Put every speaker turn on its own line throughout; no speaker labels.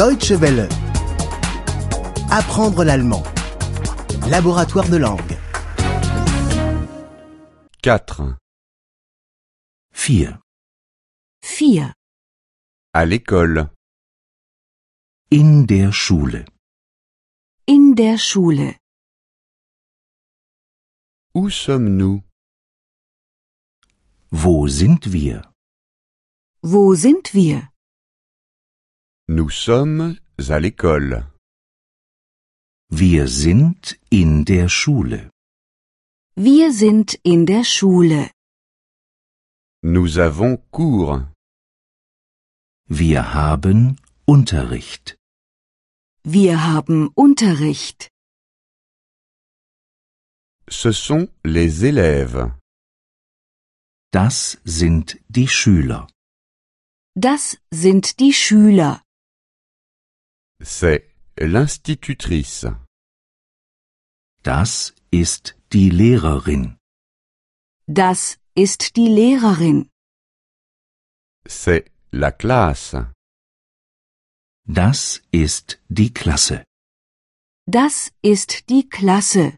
Deutsche Welle. Apprendre l'allemand. Laboratoire de langue.
4.
4.
4.
À l'école.
In der Schule.
In der Schule.
Où sommes-nous
Wo sind wir?
Wo sind wir?
Nous sommes à l'école.
Wir sind in der Schule.
Wir sind in der Schule.
Nous avons cours.
Wir haben Unterricht.
Wir haben Unterricht.
Ce sont les élèves.
Das sind die Schüler.
Das sind die Schüler.
C'est l'institutrice.
Das ist die Lehrerin.
Das ist die Lehrerin.
C'est la classe.
Das ist die Klasse.
Das ist die Klasse.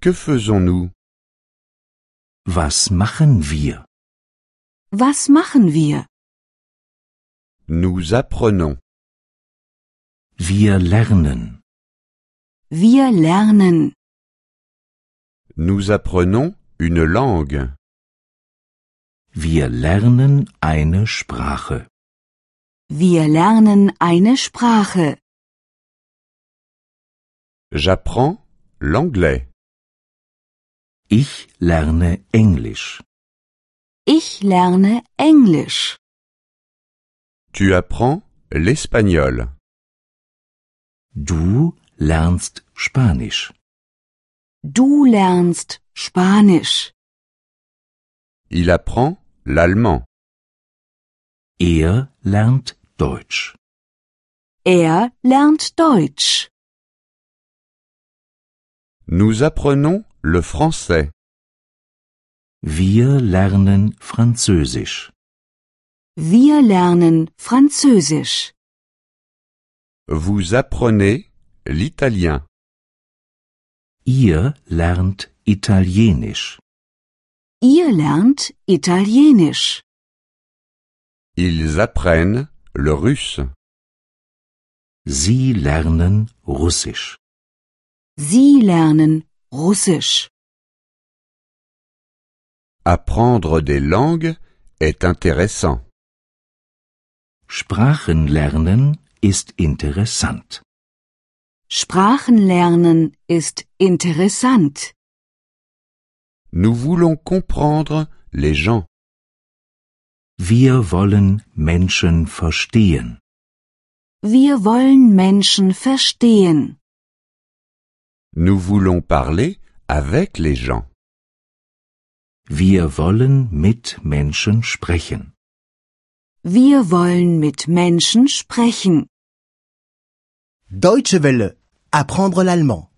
Que faisons-nous
Was machen wir?
Was machen wir?
Nous apprenons.
Wir lernen.
Wir lernen.
Nous apprenons une langue.
Wir lernen eine Sprache.
Wir lernen eine Sprache.
J'apprends l'anglais.
Ich lerne Englisch.
Ich lerne Englisch.
Tu apprends l'espagnol.
Du lernst Spanisch.
Du lernst Spanisch.
Il apprend l'allemand.
Er lernt Deutsch.
Er lernt Deutsch.
Nous apprenons le français.
Wir lernen Französisch.
Wir lernen Französisch.
Vous apprenez l'italien.
Ihr lernt Italienisch.
Ihr lernt Italienisch.
Ils apprennent le russe.
Sie lernen Russisch.
Sie lernen Russisch.
Apprendre des langues est intéressant.
Sprachen lernen ist interessant.
Sprachen lernen ist interessant.
Nous voulons comprendre les gens.
Wir wollen Menschen verstehen.
Wir wollen Menschen verstehen.
Nous voulons parler avec les gens.
Wir wollen mit Menschen sprechen.
Wir wollen mit Menschen sprechen.
Deutsche Welle. Apprendre l'allemand.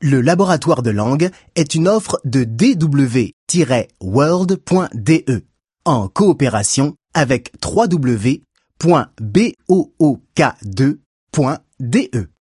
Le laboratoire de langue est une offre de dw-world.de E en coopération avec www.book2.de.